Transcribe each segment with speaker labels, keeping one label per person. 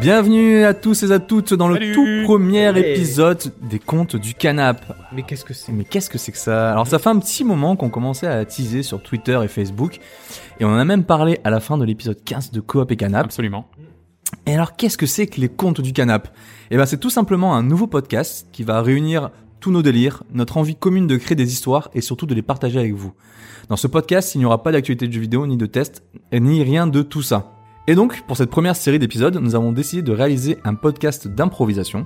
Speaker 1: Bienvenue à tous et à toutes dans le
Speaker 2: Salut.
Speaker 1: tout premier
Speaker 3: Hey.
Speaker 1: épisode des Contes du Canap.
Speaker 3: Mais qu'est-ce que c'est
Speaker 1: Mais qu'est-ce que c'est que ça Alors ça fait un petit moment qu'on commençait à teaser sur Twitter et Facebook, et on en a même parlé à la fin de l'épisode 15 de Coop et Canap.
Speaker 2: Absolument.
Speaker 1: Et alors, qu'est-ce que c'est que les contes du canap Eh ben, c'est tout simplement un nouveau podcast qui va réunir tous nos délires, notre envie commune de créer des histoires et surtout de les partager avec vous. Dans ce podcast, il n'y aura pas d'actualité de jeux vidéo, ni de tests, et ni rien de tout ça. Et donc, pour cette première série d'épisodes, nous avons décidé de réaliser un podcast d'improvisation.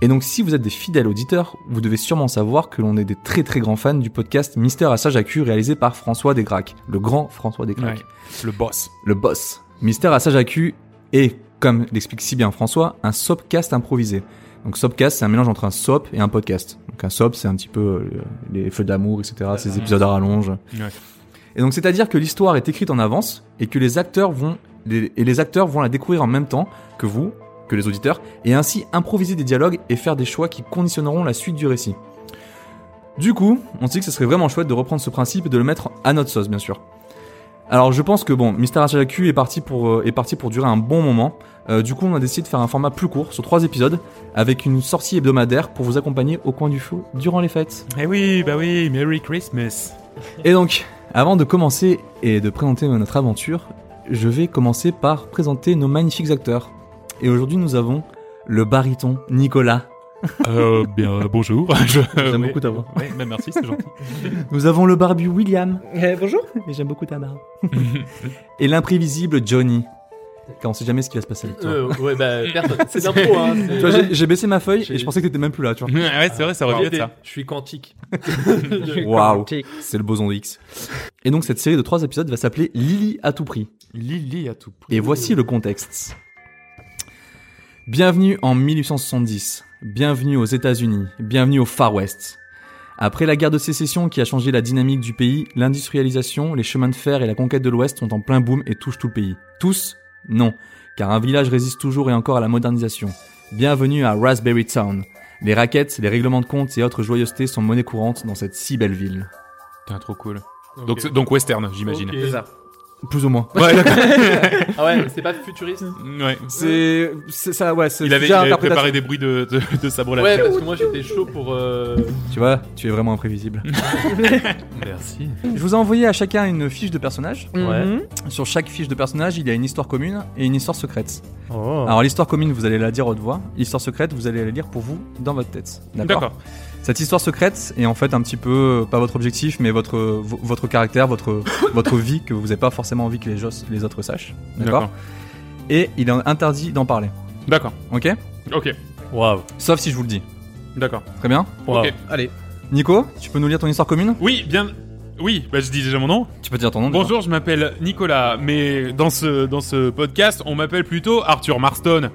Speaker 1: Et donc, si vous êtes des fidèles auditeurs, vous devez sûrement savoir que l'on est des très très grands fans du podcast Mystère à Sajacu réalisé par François Desgraques, le grand François Desgraques
Speaker 2: Le boss.
Speaker 1: le boss. Mystère à Sajaku est, comme l'explique si bien François, un sopcast improvisé. Donc sopcast, c'est un mélange entre un sop et un podcast. Donc un sop, c'est un petit peu euh, les feux d'amour, etc., ces épisodes à rallonge.
Speaker 2: Ouais.
Speaker 1: Et donc c'est-à-dire que l'histoire est écrite en avance et que les acteurs vont les- et les acteurs vont la découvrir en même temps que vous, que les auditeurs, et ainsi improviser des dialogues et faire des choix qui conditionneront la suite du récit. Du coup, on se dit que ce serait vraiment chouette de reprendre ce principe et de le mettre à notre sauce, bien sûr. Alors je pense que bon, Mister Achajaku est parti pour euh, est parti pour durer un bon moment. Euh, du coup, on a décidé de faire un format plus court sur trois épisodes avec une sortie hebdomadaire pour vous accompagner au coin du feu durant les fêtes.
Speaker 2: Eh oui, bah oui, Merry Christmas.
Speaker 1: Et donc, avant de commencer et de présenter notre aventure, je vais commencer par présenter nos magnifiques acteurs. Et aujourd'hui, nous avons le baryton Nicolas.
Speaker 2: Euh, bien, euh, bonjour. Je-
Speaker 1: J'aime
Speaker 2: ouais.
Speaker 1: beaucoup ta voix.
Speaker 2: Ouais, bah merci, c'est gentil.
Speaker 1: Nous avons le barbu William.
Speaker 3: Eh, Bonjour
Speaker 1: Et j'aime beaucoup ta barbe. et l'imprévisible Johnny. Car on sait jamais ce qui va se passer avec toi.
Speaker 3: Euh, Ouais, bah, personne. C'est d'impro, hein. c'est-
Speaker 1: Tu vois, j'ai- j'ai baissé ma feuille
Speaker 3: J'ai-
Speaker 1: et je pensais que t'étais même plus là, tu vois.
Speaker 2: ouais, c'est vrai, ça
Speaker 3: J'ai
Speaker 2: aurait dû
Speaker 3: aidé.
Speaker 2: être ça.
Speaker 3: Je suis quantique.
Speaker 1: Waouh.
Speaker 3: Quantique.
Speaker 1: C'est le boson de X. Et donc cette série de trois épisodes va s'appeler Lily à tout prix.
Speaker 2: Lily à tout prix.
Speaker 1: Et voici le contexte. Bienvenue en 1870. Bienvenue aux États-Unis. Bienvenue au Far West. Après la guerre de sécession qui a changé la dynamique du pays, l'industrialisation, les chemins de fer et la conquête de l'Ouest sont en plein boom et touchent tout le pays. Tous Non, car un village résiste toujours et encore à la modernisation. Bienvenue à Raspberry Town. Les raquettes, les règlements de compte et autres joyeusetés sont monnaie courante dans cette si belle ville.
Speaker 2: Putain, trop cool.
Speaker 3: Ok.
Speaker 2: Donc, donc western, j'imagine.
Speaker 3: Ok.
Speaker 2: Ouais,
Speaker 1: Plus ou moins.
Speaker 2: d'accord.
Speaker 3: Ah ouais, c'est pas futuriste
Speaker 2: ouais.
Speaker 1: C'est c'est ça, ouais, c'est
Speaker 2: Il avait, il
Speaker 1: déjà
Speaker 2: avait
Speaker 1: interprétation.
Speaker 2: préparé des bruits de, de, de sabre
Speaker 3: Ouais,
Speaker 2: laser.
Speaker 3: parce que moi j'étais chaud pour. euh,
Speaker 1: Tu vois, tu es vraiment imprévisible.
Speaker 2: Merci.
Speaker 1: Je vous ai envoyé à chacun une fiche de personnage. Mm-hmm.
Speaker 3: Ouais.
Speaker 1: Sur chaque fiche de personnage, il y a une histoire commune et une histoire secrète.
Speaker 3: Oh.
Speaker 1: Alors l'histoire commune, vous allez la dire à haute voix. L'histoire secrète, vous allez la lire pour vous dans votre tête. D'accord.
Speaker 2: D'accord.
Speaker 1: Cette histoire secrète est en fait un petit peu euh, pas votre objectif, mais votre euh, vo- votre caractère, votre votre vie que vous n'avez pas forcément envie que les, jos- les autres sachent. D'accord. Et il est interdit d'en parler.
Speaker 2: D'accord.
Speaker 1: Ok.
Speaker 2: Ok.
Speaker 4: Waouh.
Speaker 1: Sauf si je vous le dis.
Speaker 2: D'accord.
Speaker 1: Très bien.
Speaker 4: Waouh.
Speaker 2: Ok.
Speaker 1: Allez. Nico, tu peux nous lire ton histoire commune
Speaker 2: Oui, bien. Oui, bah je dis déjà mon nom.
Speaker 1: Tu peux dire ton nom. d'accord
Speaker 2: Bonjour, je m'appelle Nicolas, mais dans ce, dans ce podcast, on m'appelle plutôt Arthur Marston.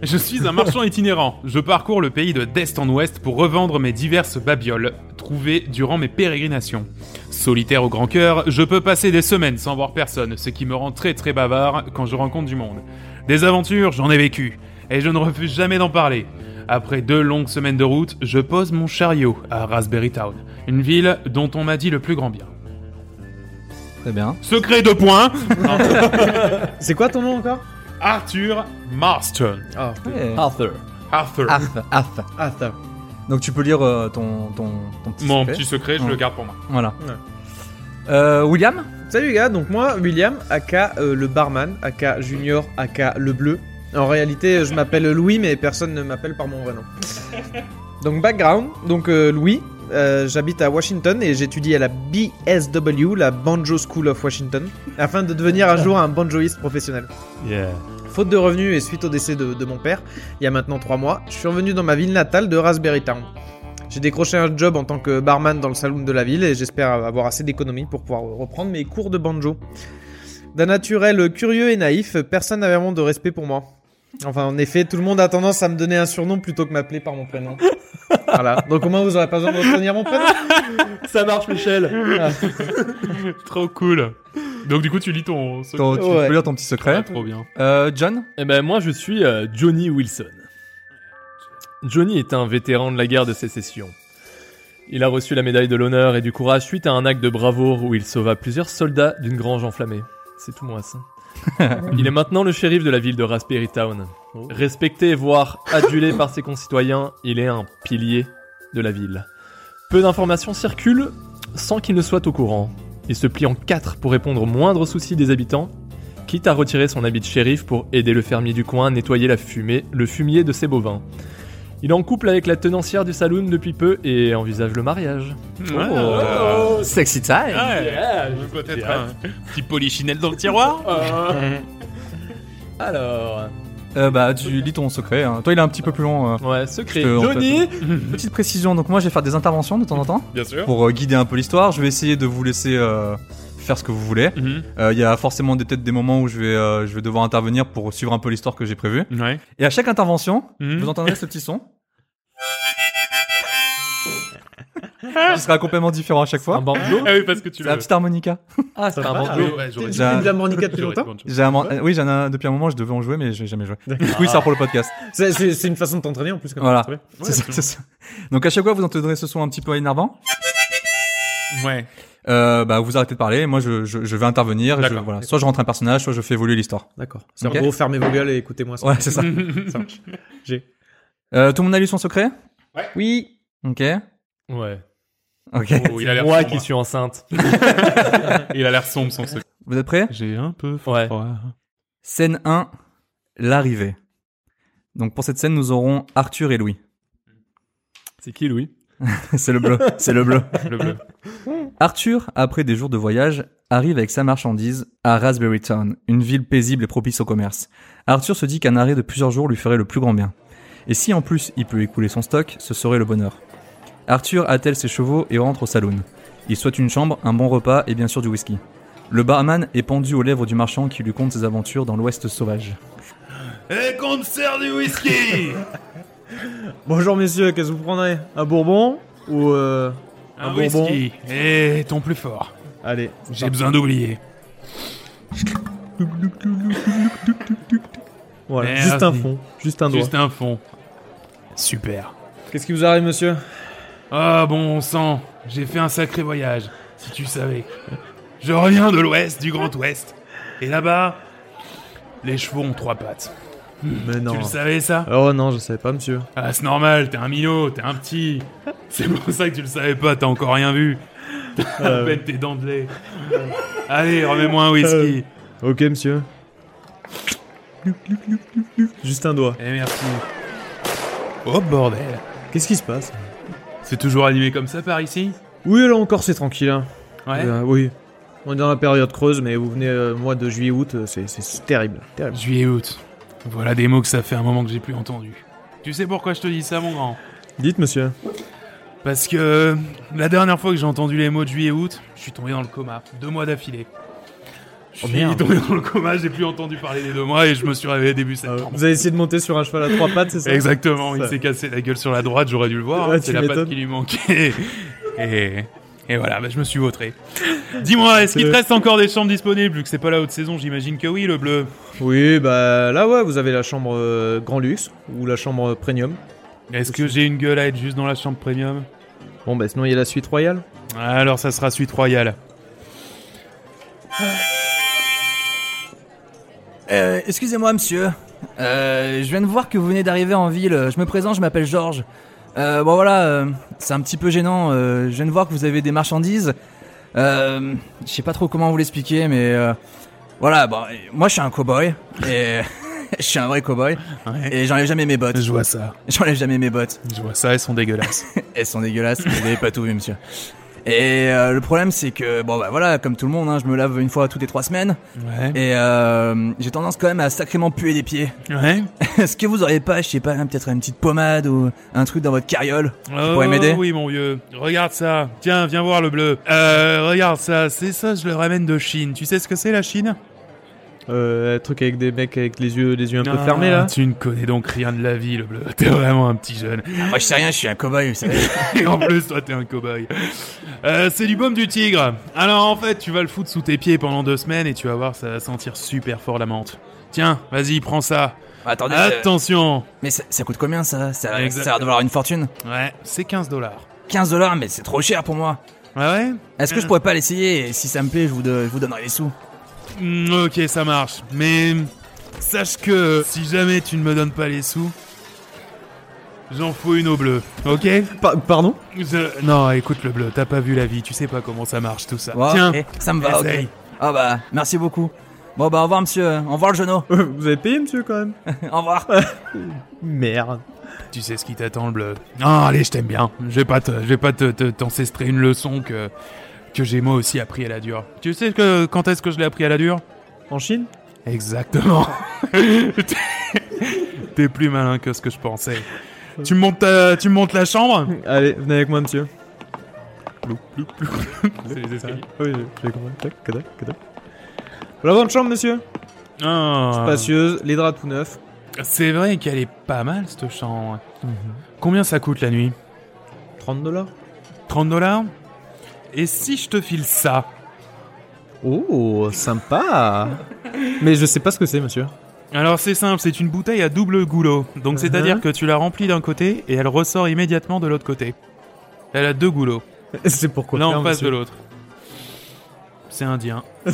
Speaker 2: Je suis un marchand itinérant. Je parcours le pays de d'est en ouest pour revendre mes diverses babioles trouvées durant mes pérégrinations. Solitaire au grand cœur, je peux passer des semaines sans voir personne, ce qui me rend très très bavard quand je rencontre du monde. Des aventures, j'en ai vécu, et je ne refuse jamais d'en parler. Après deux longues semaines de route, je pose mon chariot à Raspberry Town, une ville dont on m'a dit le plus grand bien.
Speaker 1: Très bien.
Speaker 2: Secret de points
Speaker 4: C'est quoi ton nom encore
Speaker 2: Arthur Marston.
Speaker 4: Ah,
Speaker 1: Ouais.
Speaker 4: Arthur.
Speaker 2: Arthur.
Speaker 1: Aff, aff.
Speaker 4: Arthur.
Speaker 1: Donc tu peux lire euh, ton, ton, ton petit
Speaker 2: Mon
Speaker 1: secret.
Speaker 2: petit secret, je
Speaker 1: Ouais.
Speaker 2: le garde pour moi.
Speaker 1: Voilà.
Speaker 4: Ouais.
Speaker 1: Euh, William
Speaker 4: Salut les gars, donc moi, William, aka euh, le barman, aka Junior, aka le bleu. En réalité, euh, je m'appelle Louis, mais personne ne m'appelle par mon vrai nom. Donc background, donc euh, Louis, euh, j'habite à Washington et j'étudie à la BSW, la Banjo School of Washington, afin de devenir un jour un banjoïste professionnel. Faute de revenus et suite au décès de, de mon père, il y a maintenant 3 mois, je suis revenu dans ma ville natale de Raspberry Town. J'ai décroché un job en tant que barman dans le saloon de la ville et j'espère avoir assez d'économies pour pouvoir reprendre mes cours de banjo. D'un naturel curieux et naïf, personne n'a vraiment de respect pour moi. Enfin, en effet, tout le monde a tendance à me donner un surnom plutôt que m'appeler par mon prénom. voilà. Donc au moins, vous aurez pas besoin de retenir mon prénom.
Speaker 3: Ça marche, Michel.
Speaker 2: Trop cool. Donc du coup, tu lis ton. secret.
Speaker 1: Ton- Tu
Speaker 4: Ouais.
Speaker 1: peux lire ton petit secret.
Speaker 2: Ah, trop bien.
Speaker 1: Euh, John
Speaker 5: Eh ben moi je suis euh, Johnny Wilson. Johnny est un vétéran de la guerre de sécession. Il a reçu la médaille de l'honneur et du courage suite à un acte de bravoure où il sauva plusieurs soldats d'une grange enflammée. C'est tout moi ça. il est maintenant le shérif de la ville de Raspberry Town. Respecté, voire adulé par ses concitoyens, il est un pilier de la ville. Peu d'informations circulent sans qu'il ne soit au courant. Il se plie en quatre pour répondre aux moindres soucis des habitants quitte à retirer son habit de shérif pour aider le fermier du coin à nettoyer la fumée, le fumier de ses bovins. Il est en couple avec la tenancière du saloon depuis peu et envisage le mariage.
Speaker 2: Ouais, euh,
Speaker 1: Oh. Sexy time.
Speaker 2: ouais.
Speaker 3: Yeah,
Speaker 2: Je veux Peut-être un petit polichinelle dans le tiroir
Speaker 5: Alors,
Speaker 1: Euh, bah, tu lis ton secret. hein. Toi, il est un petit peu plus long. euh.
Speaker 5: ouais, secret.
Speaker 1: Je te-
Speaker 5: Johnny
Speaker 1: Petite précision. Donc moi, je vais faire des interventions de temps en temps
Speaker 2: Bien sûr.
Speaker 1: pour euh, guider un peu l'histoire. Je vais essayer de vous laisser euh, faire ce que vous voulez.
Speaker 2: Mhm.
Speaker 1: Euh, Il y a forcément des- peut-être des moments où je vais, euh, je vais devoir intervenir pour suivre un peu l'histoire que j'ai prévue.
Speaker 2: Ouais.
Speaker 1: Et à chaque intervention,
Speaker 2: Mhm.
Speaker 1: vous entendrez ce petit son. Ce sera complètement différent à chaque
Speaker 5: Un
Speaker 1: fois.
Speaker 5: banjo
Speaker 2: Ah oui, parce que tu
Speaker 1: C'est la
Speaker 2: l'as.
Speaker 1: petite harmonica.
Speaker 5: Ah, c'est un
Speaker 3: va.
Speaker 5: banjo.
Speaker 2: Ouais, j'aurais
Speaker 1: J'ai un-
Speaker 4: J'ai harmonica depuis
Speaker 2: j'aurais
Speaker 4: longtemps.
Speaker 2: dit autre chose.
Speaker 1: j'ai un man- euh, Oui, j'en ai un depuis un moment, je devais en jouer, mais j'ai jamais joué. Du coup, il sort pour le podcast.
Speaker 4: C'est- C'est c'est une façon de t'entraîner en plus. Comme
Speaker 1: Voilà.
Speaker 4: ça, c'est
Speaker 1: C'est ça, c'est ça. Donc à chaque fois, vous entendrez ce son un petit peu énervant.
Speaker 2: Ouais.
Speaker 1: Euh, bah, vous arrêtez de parler. Moi, je, je, je vais intervenir. Je,
Speaker 2: D'accord.
Speaker 1: voilà. Soit je rentre un personnage, soit je fais évoluer l'histoire.
Speaker 4: bien. D'accord. C'est
Speaker 1: Ok.
Speaker 4: en gros, fermez vos gueules et écoutez-moi. ça.
Speaker 1: Ouais, c'est ça.
Speaker 4: Ça marche.
Speaker 1: Euh, tout le monde a lu son secret.
Speaker 4: Oui.
Speaker 1: Ok.
Speaker 5: Ouais.
Speaker 1: Ok.
Speaker 2: Oh, il a l'air
Speaker 5: Moi
Speaker 2: sombre. hein.
Speaker 5: qui suis enceinte.
Speaker 2: Il a l'air sombre son secret.
Speaker 1: Vous êtes prêts
Speaker 2: J'ai un peu froid.
Speaker 5: Ouais.
Speaker 1: Scène 1, l'arrivée. Donc pour cette scène, nous aurons Arthur et Louis.
Speaker 5: C'est qui, Louis
Speaker 1: c'est le bleu. C'est le bleu.
Speaker 2: Le bleu.
Speaker 1: Arthur, après des jours de voyage, arrive avec sa marchandise à Raspberry Town, une ville paisible et propice au commerce. Arthur se dit qu'un arrêt de plusieurs jours lui ferait le plus grand bien. Et si en plus il peut écouler son stock, ce serait le bonheur. Arthur attelle ses chevaux et rentre au saloon. Il souhaite une chambre, un bon repas et bien sûr du whisky. Le barman est pendu aux lèvres du marchand qui lui conte ses aventures dans l'ouest sauvage.
Speaker 2: Et qu'on me sert Eh, du whisky
Speaker 4: Bonjour messieurs, qu'est-ce que vous prendrez Un bourbon ou euh,
Speaker 2: Un,
Speaker 4: Un bourbon.
Speaker 2: whisky. Et ton plus fort.
Speaker 4: Allez.
Speaker 2: J'ai besoin d'oublier.
Speaker 4: Voilà.
Speaker 2: Merci.
Speaker 4: Juste un fond, juste un doigt.
Speaker 2: Juste un fond. Super.
Speaker 4: Qu'est-ce qui vous arrive, monsieur
Speaker 2: Ah bon sang, j'ai fait un sacré voyage, si tu savais. Je reviens de l'ouest, du grand ouest. Et là-bas, les chevaux ont trois pattes.
Speaker 4: Mais non.
Speaker 2: Tu le savais ça
Speaker 4: Oh non, je savais pas, monsieur.
Speaker 2: Ah c'est normal, t'es un minot, t'es un petit. C'est pour ça que tu le savais pas, t'as encore rien vu. T'as à
Speaker 4: Euh.
Speaker 2: peine tes dents de lait. Allez, remets-moi un whisky.
Speaker 4: Ok, monsieur. Juste un doigt.
Speaker 2: Et Eh, merci. Oh bordel.
Speaker 4: Qu'est-ce qui se passe
Speaker 2: C'est toujours animé comme ça par ici
Speaker 4: Oui, là encore, c'est tranquille. hein.
Speaker 2: Ouais.
Speaker 4: Euh, oui. On est dans la période creuse, mais vous venez euh, mois de juillet-août, euh, c'est- c'est terrible. terrible.
Speaker 2: Juillet août. Voilà des mots que ça fait un moment que j'ai plus entendu. Tu sais pourquoi je te dis ça mon grand
Speaker 4: Dites, monsieur.
Speaker 2: Parce que euh, la dernière fois que j'ai entendu les mots de juillet août, je suis tombé dans le coma, deux mois d'affilée. Je
Speaker 4: Oh,
Speaker 2: suis
Speaker 4: merde.
Speaker 2: tombé dans le coma, j'ai plus entendu parler des deux mois et je me suis réveillé début
Speaker 4: Euh,
Speaker 2: septembre.
Speaker 4: vous avez essayé de monter sur un cheval à trois pattes, c'est ça
Speaker 2: Exactement, il
Speaker 4: Ça.
Speaker 2: s'est cassé la gueule sur la droite, j'aurais dû le voir,
Speaker 4: Ah,
Speaker 2: hein,
Speaker 4: tu
Speaker 2: c'est la patte
Speaker 4: m'étonnes.
Speaker 2: qui lui manquait. Et, et voilà, bah, je me suis vautré. Dis-moi, est-ce qu'il te
Speaker 4: Euh.
Speaker 2: reste encore des chambres disponibles vu que c'est pas la haute saison J'imagine que oui, le bleu.
Speaker 4: Oui, bah là, ouais, vous avez la chambre euh, grand luxe ou la chambre euh, premium.
Speaker 2: Est-ce que j'ai une gueule à être juste dans la chambre premium
Speaker 4: Bon, bah sinon, il y a la suite royale.
Speaker 2: Alors ça sera suite royale.
Speaker 1: Euh, excusez-moi, monsieur. Euh, je viens de voir que vous venez d'arriver en ville. Je me présente, je m'appelle Georges. Euh, bon, voilà, euh, c'est un petit peu gênant. Euh, je viens de voir que vous avez des marchandises. Euh, je sais pas trop comment vous l'expliquer, mais euh, voilà, bon, et- moi je suis un cowboy. Et je suis un vrai cowboy.
Speaker 2: Ouais.
Speaker 1: Et j'enlève jamais mes bottes.
Speaker 2: Je vois ça,
Speaker 1: J'enlève jamais mes bottes.
Speaker 2: je vois ça, elles sont dégueulasses.
Speaker 1: Elles sont dégueulasses, vous avez pas tout vu, monsieur. Et euh, le problème, c'est que, bon, bah voilà, comme tout le monde, hein, je me lave une fois toutes les trois semaines.
Speaker 2: Ouais.
Speaker 1: Et euh, j'ai tendance quand même à sacrément puer des pieds.
Speaker 2: Ouais.
Speaker 1: Est-ce que vous auriez pas, je sais pas, hein, peut-être une petite pommade ou un truc dans votre carriole
Speaker 2: Oh,
Speaker 1: pourrais m'aider
Speaker 2: Oui, mon vieux. Regarde ça. Tiens, viens voir le bleu. Euh, regarde ça. C'est ça, je le ramène de Chine. Tu sais ce que c'est la Chine
Speaker 4: Euh, un truc avec des mecs avec les yeux, les yeux un peu
Speaker 2: Ah,
Speaker 4: fermés là.
Speaker 2: Tu ne connais donc rien de la vie, le bleu. T'es vraiment un petit jeune.
Speaker 1: Ah, Moi, je sais rien, je suis un cobaye, vous savez.
Speaker 2: Et en plus, toi, t'es un cobaye. Euh, c'est du baume du tigre. Alors, en fait, tu vas le foutre sous tes pieds pendant deux semaines et tu vas voir, ça va sentir super fort la menthe. Tiens, vas-y, prends ça.
Speaker 1: Attendez, ça-
Speaker 2: Attention
Speaker 1: mais ça, ça coûte combien ça ça,
Speaker 2: Exact.
Speaker 1: ça va devoir une fortune
Speaker 2: Ouais, c'est 15 dollars.
Speaker 1: 15 dollars, mais c'est trop cher pour moi.
Speaker 2: Ah ouais
Speaker 1: Est-ce que je pourrais pas l'essayer Et Si ça me plaît, je vous, do- je vous donnerai les sous.
Speaker 2: Hmm, Ok, ça marche. Mais sache que si jamais tu ne me donnes pas les sous, j'en fous une au bleu. Ok
Speaker 4: Pa- pardon
Speaker 2: Je- Non, écoute le bleu, t'as pas vu la vie, tu sais pas comment ça marche tout ça.
Speaker 1: Ouais,
Speaker 2: Tiens,
Speaker 1: ok, Eh, ça me va,
Speaker 2: essaye.
Speaker 1: ok. Ah bah, merci beaucoup. Bon bah, au revoir monsieur, au revoir le genou.
Speaker 4: Vous avez payé monsieur quand même
Speaker 1: au revoir.
Speaker 4: Merde.
Speaker 2: tu sais ce qui t'attend le bleu. Non, allez, je t'aime bien. Je vais pas te, je vais pas te, te- t'encestrer une leçon que que j'ai moi aussi appris à la dure. Tu sais que quand est-ce que je l'ai appris à la dure
Speaker 4: En Chine
Speaker 2: Exactement. T'es plus malin que ce que je pensais. Tu montes, ta- tu montes la chambre
Speaker 4: Allez, venez avec moi monsieur. Ah
Speaker 2: C'est les escaliers.
Speaker 4: Oui, j'ai compris. Tac, cadac, cadac. La bonne chambre monsieur.
Speaker 2: Ah.
Speaker 4: Spacieuse, les draps tout neufs.
Speaker 2: C'est vrai qu'elle est pas mal cette chambre.
Speaker 4: Mhm.
Speaker 2: Combien ça coûte la nuit
Speaker 4: 30 dollars.
Speaker 2: 30 dollars Et si je te file ça
Speaker 4: Oh, sympa. Mais je sais pas ce que c'est monsieur.
Speaker 2: Alors c'est simple, c'est une bouteille à double goulot. Donc
Speaker 4: Mhm.
Speaker 2: c'est-à-dire que tu la remplis d'un côté et elle ressort immédiatement de l'autre côté. Elle a deux goulots.
Speaker 4: C'est pourquoi
Speaker 2: L'un en face de l'autre. C'est indien. Je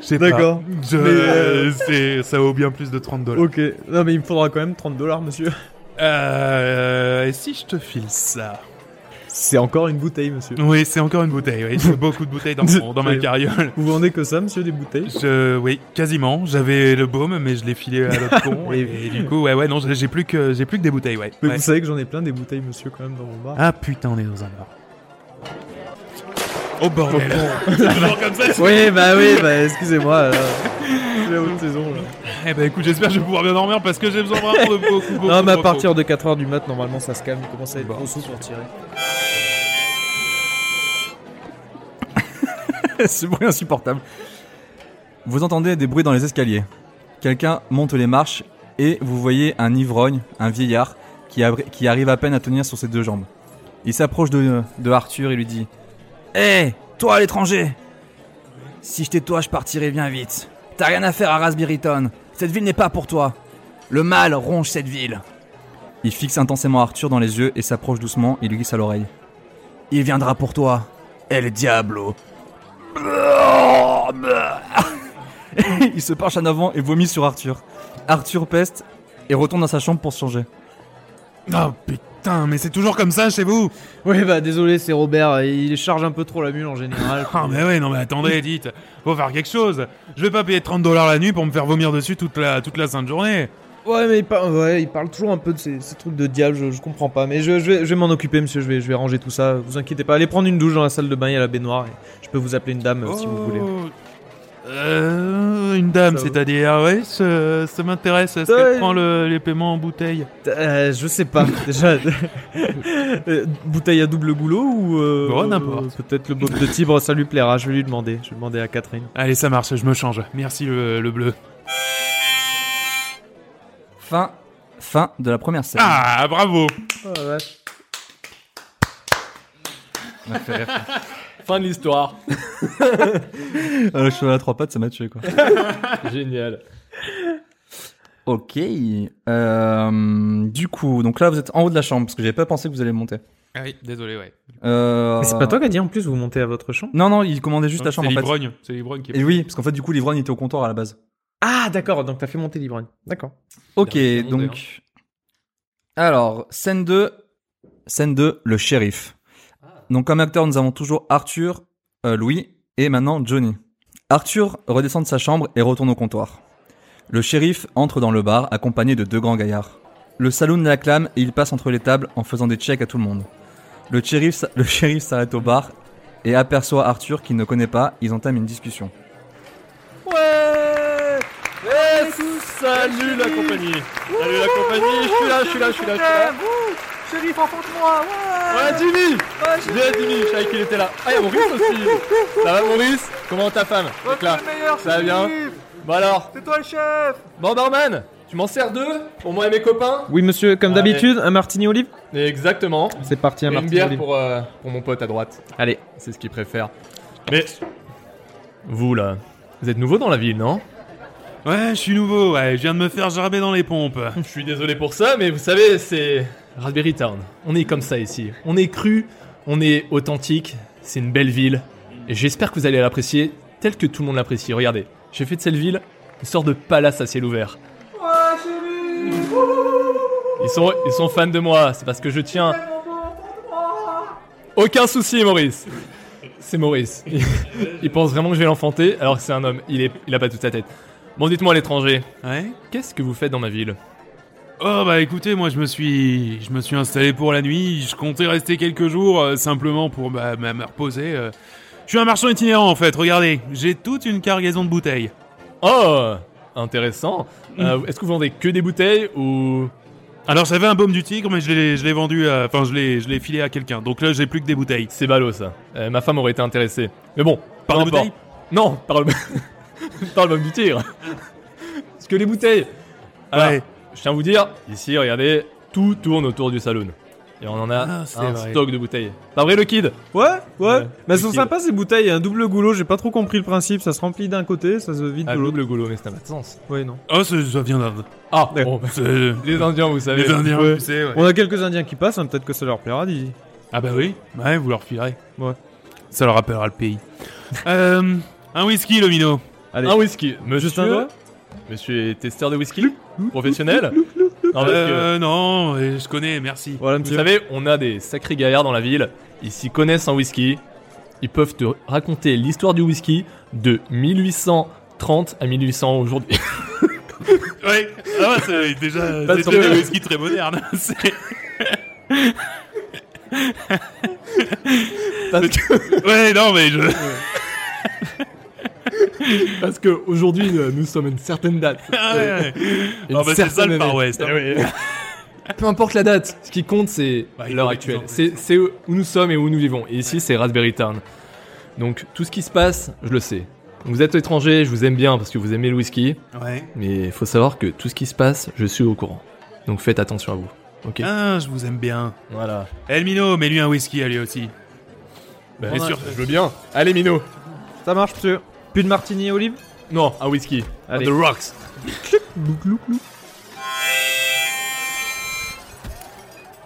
Speaker 2: sais pas.
Speaker 4: D'accord.
Speaker 2: Je-
Speaker 4: Mais, euh,
Speaker 2: c'est- ça vaut bien plus de 30 dollars.
Speaker 4: Ok, non mais il me faudra quand même 30 dollars monsieur.
Speaker 2: Euh, et si je te file ça
Speaker 4: C'est encore une bouteille monsieur.
Speaker 2: Oui, c'est encore une bouteille. Oui. J'ai beaucoup de bouteilles dans, mon- dans ma carriole.
Speaker 4: Vous vendez que ça monsieur des bouteilles
Speaker 2: Je, oui, quasiment. J'avais le baume, mais je l'ai filé à l'autre con. et, et du coup, ouais, ouais, non, j'ai j'ai plus que j'ai plus que des bouteilles, ouais.
Speaker 4: Mais
Speaker 2: Ouais.
Speaker 4: vous savez que j'en ai plein des bouteilles monsieur quand même dans mon bar.
Speaker 2: Ah putain, on est dans un bar. Oh bordel. Toujours comme ça.
Speaker 4: Oui bah oui bah excusez-moi. euh, C'est la haute saison là.
Speaker 2: Eh ben écoute, j'espère que je vais pouvoir bien dormir parce que j'ai besoin vraiment de beaucoup, beaucoup.
Speaker 4: Non mais à
Speaker 2: de repos.
Speaker 4: partir de 4h du mat normalement ça se calme, il commence
Speaker 2: Bah,
Speaker 4: à être trop sous pour tirer.
Speaker 1: Ce bruit insupportable. Vous entendez des bruits dans les escaliers. Quelqu'un monte les marches et vous voyez un ivrogne, un vieillard, qui, abri- qui arrive à peine à tenir sur ses deux jambes. Il s'approche de, de Arthur et lui dit Hé, toi l'étranger Si j'étais toi, je partirais bien vite. T'as rien à faire à Rasbiriton. Cette ville n'est pas pour toi. Le mal ronge cette ville. Il fixe intensément Arthur dans les yeux et s'approche doucement et lui glisse à l'oreille Il viendra pour toi. El Diablo. Oh, Il se penche en avant et vomit sur Arthur. Arthur peste et retourne dans sa chambre pour se changer.
Speaker 2: Oh putain, mais c'est toujours comme ça chez vous.
Speaker 4: Oui bah désolé c'est Robert, il charge un peu trop la mule en général.
Speaker 2: Ah mais ouais, non mais attendez, dites, faut faire quelque chose. Je vais pas payer 30 dollars la nuit pour me faire vomir dessus toute la toute la sainte journée.
Speaker 4: Ouais mais il, par- ouais, il parle toujours un peu de ces, ces trucs de diable, je, je comprends pas. Mais je, je vais, je vais m'en occuper monsieur, je vais, je vais ranger tout ça, vous inquiétez pas. Allez prendre une douche dans la salle de bain, il y a la baignoire et je peux vous appeler une dame euh, si vous voulez.
Speaker 2: Oh. Euh, une dame,
Speaker 4: Ça va.
Speaker 2: c'est-à-dire, ah ouais, ça, ça m'intéresse. Est-ce
Speaker 4: Ouais.
Speaker 2: qu'elle prend le- les paiements en bouteille
Speaker 4: Euh, je sais pas, déjà. Euh, Bouteille à double goulot ou. euh,
Speaker 2: Bon, n'importe.
Speaker 4: euh, Peut-être le bob de Tibre, ça lui plaira, je vais lui demander. Je vais demander à Catherine.
Speaker 2: Allez, ça marche, je me change. Merci le, le bleu.
Speaker 1: Fin, fin de la première scène.
Speaker 2: Ah, bravo
Speaker 5: Fin de l'histoire.
Speaker 1: Euh, le cheval à trois pattes, ça m'a tué quoi.
Speaker 5: Génial.
Speaker 1: ok. euh, du coup, donc là vous êtes en haut de la chambre parce que j'avais pas pensé que vous allez monter.
Speaker 2: Ah oui, désolé, ouais.
Speaker 1: Euh,
Speaker 4: Mais c'est pas toi qui a dit en plus, vous montez à votre chambre
Speaker 1: Non non, il commandait juste la chambre
Speaker 2: C'est
Speaker 1: en fait.
Speaker 2: l'ivrogne, c'est l'ivrogne qui est...
Speaker 1: Et oui, parce qu'en fait du coup l'ivrogne était au comptoir à la base.
Speaker 4: Ah, d'accord, donc t'as fait monter l'ivrogne. D'accord.
Speaker 1: Ok,
Speaker 2: Bien, bien monté,
Speaker 1: donc. Alors, scène 2. Scène 2, le shérif. Donc, comme acteur, nous avons toujours Arthur, euh, Louis et maintenant Johnny. Arthur redescend de sa chambre et retourne au comptoir. Le shérif entre dans le bar accompagné de deux grands gaillards. Le saloon l'acclame et il passe entre les tables en faisant des checks à tout le monde. Le shérif, s- le shérif s'arrête au bar et aperçoit Arthur qu'il ne connaît pas. Ils entament une discussion.
Speaker 5: Ouais Eh, sous- Salut la compagnie Salut la compagnie, je suis là, je suis là, je suis là, je suis là.
Speaker 1: Shérif, enfonce-moi
Speaker 5: Voilà Jimmy Bien Jimmy, je savais qu'il était là. Ah, il y a Maurice aussi Ça va Maurice Comment ta femme Donc là, ça va bien Bon alors C'est toi le chef Bon barman Tu m'en sers deux Pour moi et mes copains
Speaker 4: Oui, monsieur, comme
Speaker 5: Allez.
Speaker 4: d'habitude, un martini olive
Speaker 5: Exactement.
Speaker 4: C'est parti, un
Speaker 5: Et une
Speaker 4: martini
Speaker 5: bière
Speaker 4: olive.
Speaker 5: pour, euh, pour mon pote à droite.
Speaker 4: Allez.
Speaker 5: C'est ce qu'il préfère. Mais... Vous là, vous êtes nouveau dans la ville, non
Speaker 2: Ouais, je suis nouveau, ouais, je viens de me faire gerber dans les pompes.
Speaker 5: Je suis désolé pour ça, mais vous savez, c'est Raspberry Town. On est comme ça ici. On est cru, on est authentique, c'est une belle ville. Et j'espère que vous allez l'apprécier tel que tout le monde l'apprécie. Regardez, j'ai fait de cette ville une sorte de palace à ciel ouvert. Ils sont, ils sont fans de moi, c'est parce que je tiens. Aucun souci, Maurice. C'est Maurice. Il, il pense vraiment que je vais l'enfanter, alors que c'est un homme. Il, est, il a pas toute sa tête. Bon, dites-moi, l'étranger,
Speaker 2: Ouais
Speaker 5: qu'est-ce que vous faites dans ma ville
Speaker 2: Oh bah écoutez, moi je me suis, je me suis installé pour la nuit. Je comptais rester quelques jours euh, simplement pour bah, bah, me reposer. euh. Je suis un marchand itinérant en fait. Regardez, j'ai toute une cargaison de bouteilles.
Speaker 5: Oh Intéressant.
Speaker 2: Mm.
Speaker 5: Euh, Est-ce que vous vendez que des bouteilles ou...
Speaker 2: Alors j'avais un baume du tigre, mais je l'ai, je l'ai vendu, à- enfin je l'ai, je l'ai filé à quelqu'un. Donc là j'ai plus que des bouteilles.
Speaker 5: C'est ballot ça. Euh, ma femme aurait été intéressée. Mais bon,
Speaker 2: Par
Speaker 5: peu
Speaker 2: des
Speaker 5: importe.
Speaker 2: bouteilles
Speaker 5: Non, par le... par le même du tir. Parce que les bouteilles... Alors,
Speaker 2: Ouais.
Speaker 5: je tiens à vous dire, ici, regardez, tout tourne autour du saloon. Et on en a
Speaker 2: Ah, c'est
Speaker 5: un
Speaker 2: vrai.
Speaker 5: stock de bouteilles. Pas vrai le kid
Speaker 4: Ouais, ouais.
Speaker 5: Ouais,
Speaker 4: Mais elles sont
Speaker 5: utile.
Speaker 4: sympas ces bouteilles, un double goulot, j'ai pas trop compris le principe, ça se remplit d'un côté, ça se vide
Speaker 5: Ah,
Speaker 4: de
Speaker 5: le
Speaker 4: l'autre.
Speaker 5: double goulot, mais ça n'a pas de sens.
Speaker 4: Ouais, non.
Speaker 2: Oh, ça, ça vient d'Inde.
Speaker 5: Ah,
Speaker 4: Ouais.
Speaker 5: bon,
Speaker 2: C'est- Les
Speaker 5: les Indiens, vous savez.
Speaker 2: Indiens,
Speaker 4: Ouais.
Speaker 2: tu sais, ouais.
Speaker 4: On a quelques indiens qui passent, hein, peut-être que ça leur plaira, dis.
Speaker 2: Ah bah oui, ouais, vous leur filerez.
Speaker 4: Ouais.
Speaker 2: Ça leur rappellera le pays. euh, un whisky, le minot.
Speaker 5: Un whisky. Monsieur,
Speaker 4: Juste un doigt
Speaker 5: monsieur est testeur de whisky Professionnel Non, parce que-
Speaker 2: Euh, non, euh, je connais, merci.
Speaker 4: Voilà,
Speaker 5: Vous
Speaker 4: monsieur.
Speaker 5: savez, on a des sacrés gaillards dans la ville. Ils s'y connaissent en whisky. Ils peuvent te raconter l'histoire du whisky de 1830 à 1800 aujourd'hui.
Speaker 2: Ouais, ça va, c'est déjà,
Speaker 5: Pas
Speaker 2: c'est
Speaker 5: sur
Speaker 2: déjà
Speaker 5: le-
Speaker 2: un whisky très moderne. C'est-
Speaker 5: Parce que,
Speaker 2: Ouais, non, mais je.
Speaker 5: parce que aujourd'hui, euh, nous sommes à une certaine date.
Speaker 2: Ah ouais, ouais.
Speaker 5: Une
Speaker 2: Non, bah, c'est ça
Speaker 5: certaine
Speaker 2: le Far
Speaker 5: année.
Speaker 2: West. hein.
Speaker 5: Peu importe la date, ce qui compte, c'est
Speaker 2: Bah, il
Speaker 5: l'heure
Speaker 2: faut
Speaker 5: actuelle.
Speaker 2: les
Speaker 5: C'est
Speaker 2: présenter.
Speaker 5: c'est où où nous sommes et où nous vivons. Et ici, c'est Raspberry Town. Donc, tout ce qui se passe, je le sais. Vous êtes étranger, je vous aime bien parce que vous aimez le whisky.
Speaker 2: Ouais.
Speaker 5: Mais il faut savoir que tout ce qui se passe, je suis au courant. Donc faites attention à vous. Ok
Speaker 2: Ah, je vous aime bien.
Speaker 5: Voilà.
Speaker 2: Eh, le minot, mets-lui un whisky à lui aussi.
Speaker 5: Bah,
Speaker 2: Bien sûr.
Speaker 5: Je veux bien. Allez, Mino.
Speaker 4: Ça marche, monsieur. Plus de martini olive
Speaker 5: Non, un Ah, whisky.
Speaker 4: Allez.
Speaker 5: The Rocks.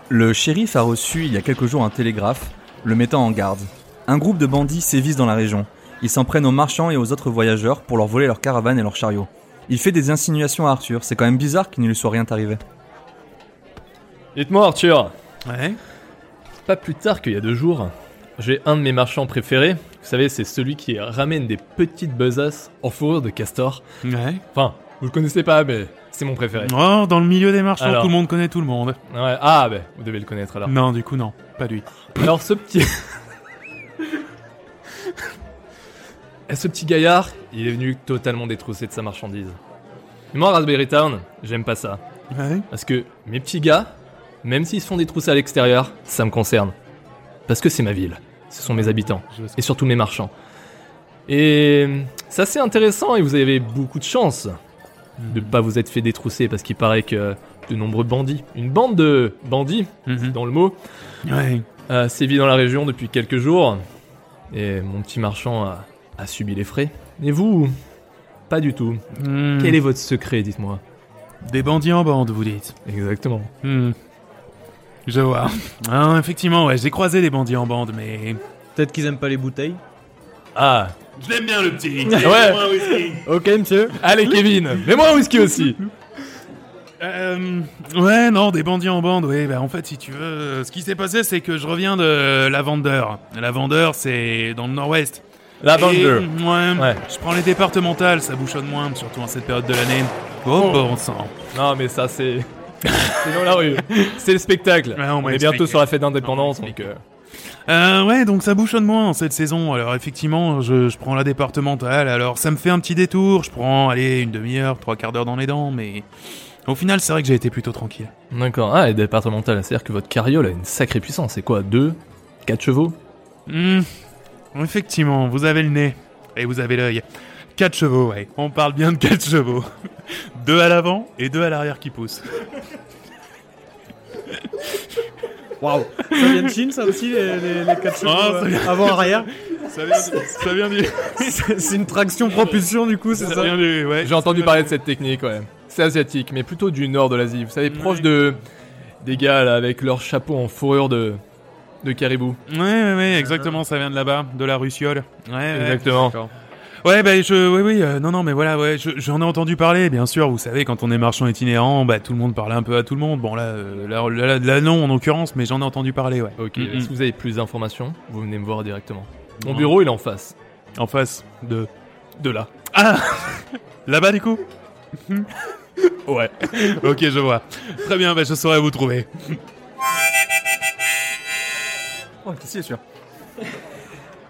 Speaker 1: Le shérif a reçu il y a quelques jours un télégraphe le mettant en garde. Un groupe de bandits sévissent dans la région. Ils s'en prennent aux marchands et aux autres voyageurs pour leur voler leurs caravanes et leurs chariots. Il fait des insinuations à Arthur, c'est quand même bizarre qu'il ne lui soit rien arrivé.
Speaker 5: Dites-moi, Arthur.
Speaker 2: Ouais.
Speaker 5: Pas plus tard qu'il y a deux jours, j'ai un de mes marchands préférés. Vous savez, c'est celui qui ramène des petites besaces en fourrure de castor.
Speaker 2: Ouais.
Speaker 5: Enfin, vous le connaissez pas, mais c'est mon préféré.
Speaker 2: Oh, dans le milieu des marchands,
Speaker 5: Alors.
Speaker 2: tout le monde connaît tout le monde.
Speaker 5: Ouais. Ah, bah, vous devez le connaître alors.
Speaker 2: Non, du coup, non. Pas lui.
Speaker 5: Alors ce petit... Et Eh, ce petit gaillard, il est venu totalement détroussé de sa marchandise. Et moi, Raspberry Town, j'aime pas ça.
Speaker 2: Ouais.
Speaker 5: Parce que mes petits gars, même s'ils se font détrousser à l'extérieur, ça me concerne. Parce que c'est ma ville. Ce sont mes habitants.
Speaker 2: Je vois ce
Speaker 5: Et surtout mes marchands. Et ça c'est intéressant et vous avez beaucoup de chance de pas vous être fait détrousser parce qu'il paraît que de nombreux bandits, une bande de bandits
Speaker 2: Mhm.
Speaker 5: dans le mot,
Speaker 2: Ouais.
Speaker 5: euh, sévit dans la région depuis quelques jours. Et mon petit marchand a, a subi les frais. Et vous Pas du tout.
Speaker 2: Hmm.
Speaker 5: Quel est votre secret, dites-moi
Speaker 2: Des bandits en bande, vous dites.
Speaker 5: Exactement.
Speaker 2: Hmm. Je vois. Ah, effectivement, ouais, j'ai croisé des bandits en bande, mais.
Speaker 4: Peut-être qu'ils aiment pas les bouteilles.
Speaker 5: Ah
Speaker 2: Je l'aime bien, le petit.
Speaker 5: Ouais
Speaker 4: Ok, monsieur.
Speaker 5: Allez, Kevin Mets-moi un whisky aussi
Speaker 2: Euh, ouais, non, des bandits en bande, oui. Bah, en fait, si tu veux, euh, ce qui s'est passé, c'est que je reviens de la Vendeur. La Vendeur, c'est dans le nord-ouest.
Speaker 5: La bande
Speaker 2: Et,
Speaker 5: bleue.
Speaker 2: ouais,
Speaker 5: Ouais.
Speaker 2: Je prends les départementales, ça bouchonne moins, surtout en cette période de l'année. Oh, bon sang.
Speaker 5: Non, mais ça, c'est. c'est dans la rue. C'est le spectacle.
Speaker 2: Ouais, Ah, on
Speaker 5: on
Speaker 2: m'a
Speaker 5: est
Speaker 2: expliqué.
Speaker 5: bientôt sur la fête d'indépendance,
Speaker 2: On m'a
Speaker 5: donc. euh,
Speaker 2: Euh, ouais, donc ça bouchonne moins en cette saison. Alors effectivement, je, je prends la départementale. Alors ça me fait un petit détour. Je prends, allez, une demi-heure, trois quarts d'heure dans les dents, mais Au final, c'est vrai que j'ai été plutôt tranquille.
Speaker 5: D'accord. Ah, et départemental, c'est-à-dire que votre carriole a une sacrée puissance. C'est quoi 2 4 chevaux
Speaker 2: Hmm, Effectivement, vous avez le nez. Et vous avez l'œil. Quatre chevaux, ouais. On parle bien de quatre chevaux. Deux à l'avant et deux à l'arrière qui poussent.
Speaker 4: Waouh. Ça vient de Chine, ça aussi, les, les, les quatre chevaux
Speaker 2: Ah, ça
Speaker 4: euh,
Speaker 2: vient-
Speaker 4: avant-arrière.
Speaker 2: Ça vient, du- ça vient du...
Speaker 4: C'est c'est une traction-propulsion, du coup, c'est
Speaker 2: Ça
Speaker 4: ça
Speaker 2: vient du... Ouais.
Speaker 5: J'ai entendu parler de cette technique, ouais. C'est asiatique, mais plutôt du nord de l'Asie. Vous savez, proche
Speaker 2: Ouais.
Speaker 5: de. des gars, là, avec leur chapeau en fourrure de. de caribou.
Speaker 2: Ouais, ouais, ouais, exactement, ça vient de là-bas, de la Russiole. Ouais, ouais.
Speaker 5: Exactement.
Speaker 2: Ouais, bah, je, oui, oui, euh, non, non, mais voilà, ouais, je- j'en ai entendu parler, bien sûr, vous savez, quand on est marchand itinérant, bah, tout le monde parle un peu à tout le monde. Bon, là, euh, là, là, là, non, en l'occurrence, mais j'en ai entendu parler, ouais.
Speaker 5: Ok,
Speaker 2: Mhm.
Speaker 5: si vous avez plus d'informations, vous venez me voir directement. Mon
Speaker 2: Ouais.
Speaker 5: bureau, il est en face.
Speaker 2: En face de.
Speaker 5: De là.
Speaker 2: Ah Là-bas, du coup Ouais. ok, je vois. Très bien, bah, je saurai vous trouver.
Speaker 1: Oh, ici, sûr.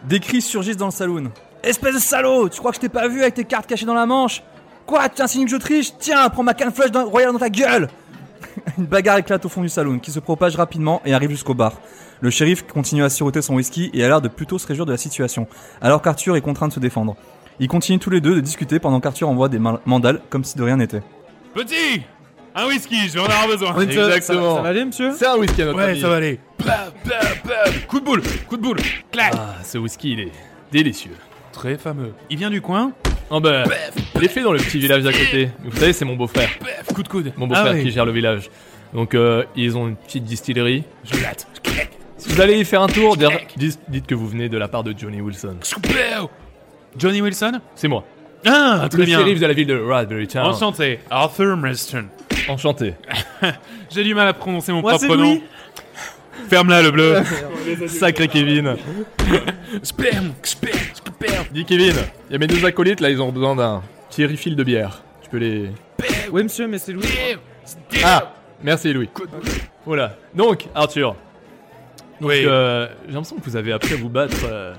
Speaker 1: Des cris surgissent dans le saloon. Espèce de salaud Tu crois que je t'ai pas vu avec tes cartes cachées dans la manche Quoi Tu insinues que je triche Tiens, prends ma canne flush dans- royale dans ta gueule Une bagarre éclate au fond du saloon qui se propage rapidement et arrive jusqu'au bar. Le shérif continue à siroter son whisky et a l'air de plutôt se réjouir de la situation, alors qu'Arthur est contraint de se défendre. Ils continuent tous les deux de discuter pendant qu'Arthur envoie des ma- mandales comme si de rien n'était.
Speaker 2: Petit Un whisky, je vais en avoir besoin.
Speaker 5: Oui, ça- Exactement.
Speaker 4: Ça va aller, monsieur
Speaker 5: C'est un whisky à notre
Speaker 2: Ouais,
Speaker 5: ami.
Speaker 2: ça va aller. Bam, bam, bam. Bah, Coup de boule, coup de boule, clac.
Speaker 5: Ah, ce whisky, il est délicieux.
Speaker 2: Très fameux. Il vient du coin
Speaker 5: Oh bah, je l'ai fait dans le petit village d'à côté. Vous savez, c'est mon beau-frère.
Speaker 2: Coup de coude.
Speaker 5: Mon beau-frère
Speaker 2: Ah oui.
Speaker 5: qui gère le village. Donc, euh, ils ont une petite distillerie. Je latte. Si vous allez y faire un tour, dire- dis- dites que vous venez de la part de Johnny Wilson.
Speaker 2: Johnny Wilson
Speaker 5: C'est moi.
Speaker 2: Ah,
Speaker 5: le shérif de la ville de Raspberry Town.
Speaker 2: Enchanté, Arthur Marston.
Speaker 5: Enchanté.
Speaker 2: J'ai du mal à prononcer mon
Speaker 4: Moi,
Speaker 2: propre
Speaker 4: c'est
Speaker 2: nom.
Speaker 4: Louis.
Speaker 2: Ferme-la, le bleu.
Speaker 5: Sacré Kevin.
Speaker 2: Sperm, sperm, sperm.
Speaker 5: Dis Kevin, il y a mes deux acolytes là, ils ont besoin d'un petit refill de bière. Tu peux les...
Speaker 4: Oui, monsieur, mais c'est Louis.
Speaker 5: Ah Merci Louis. Voilà. Donc, Arthur,
Speaker 2: Oui.
Speaker 5: euh, j'ai l'impression que vous avez appris à vous battre euh,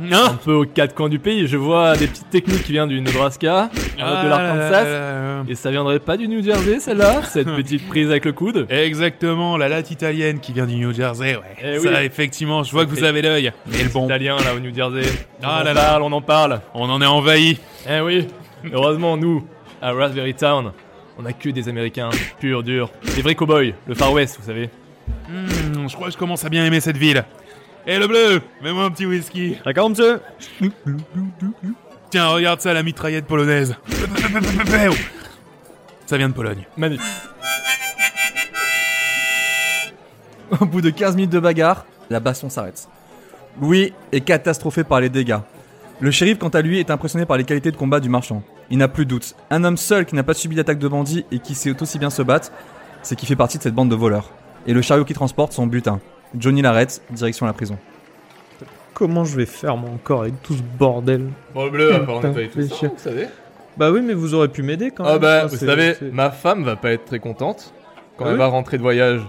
Speaker 5: un
Speaker 2: Hein
Speaker 5: peu aux quatre coins du pays. Je vois des petites techniques qui viennent du Nebraska, un autre
Speaker 2: Ah
Speaker 5: de l'Arkansas. Et ça viendrait pas du New Jersey celle-là Cette petite prise avec le coude
Speaker 2: Exactement, la latte italienne qui vient du New Jersey, ouais.
Speaker 5: Eh
Speaker 2: Ça,
Speaker 5: oui.
Speaker 2: effectivement, je vois que vous avez l'œil. Mais le bon,
Speaker 5: Italien là au New Jersey.
Speaker 2: Ah
Speaker 5: on
Speaker 2: là
Speaker 5: en
Speaker 2: là.
Speaker 5: parle, on en parle.
Speaker 2: on en est envahi.
Speaker 5: Eh oui. Heureusement nous, à Raspberry Town, on a que des Américains, purs, durs, des vrais cowboys, le Far West, vous savez.
Speaker 2: Hmm, je crois que je commence à bien aimer cette ville. Eh le bleu, mets-moi un petit whisky.
Speaker 4: D'accord, monsieur
Speaker 2: Tiens, regarde ça, la mitraillette polonaise. Ça vient de Pologne.
Speaker 5: Magnifique.
Speaker 1: Au bout de 15 minutes de bagarre, la baston s'arrête. Louis est catastrophé par les dégâts. Le shérif, quant à lui, est impressionné par les qualités de combat du marchand. Il n'a plus de doute. Un homme seul qui n'a pas subi d'attaque de bandits et qui sait aussi bien se battre, c'est qui fait partie de cette bande de voleurs. Et le chariot qui transporte son butin. Johnny l'arrête, direction la prison.
Speaker 4: Comment je vais faire, moi, encore, avec tout ce bordel
Speaker 5: Bon bleu,
Speaker 4: à part nettoyer tout ça,
Speaker 5: vous savez.
Speaker 4: Bah oui, mais vous auriez pu m'aider, quand même.
Speaker 5: Ah bah,
Speaker 4: Ça,
Speaker 5: vous
Speaker 4: c'est-
Speaker 5: savez,
Speaker 4: c'est-
Speaker 5: ma femme va pas être très contente quand bah.
Speaker 4: Ah
Speaker 5: elle
Speaker 4: oui
Speaker 5: va rentrer de voyage.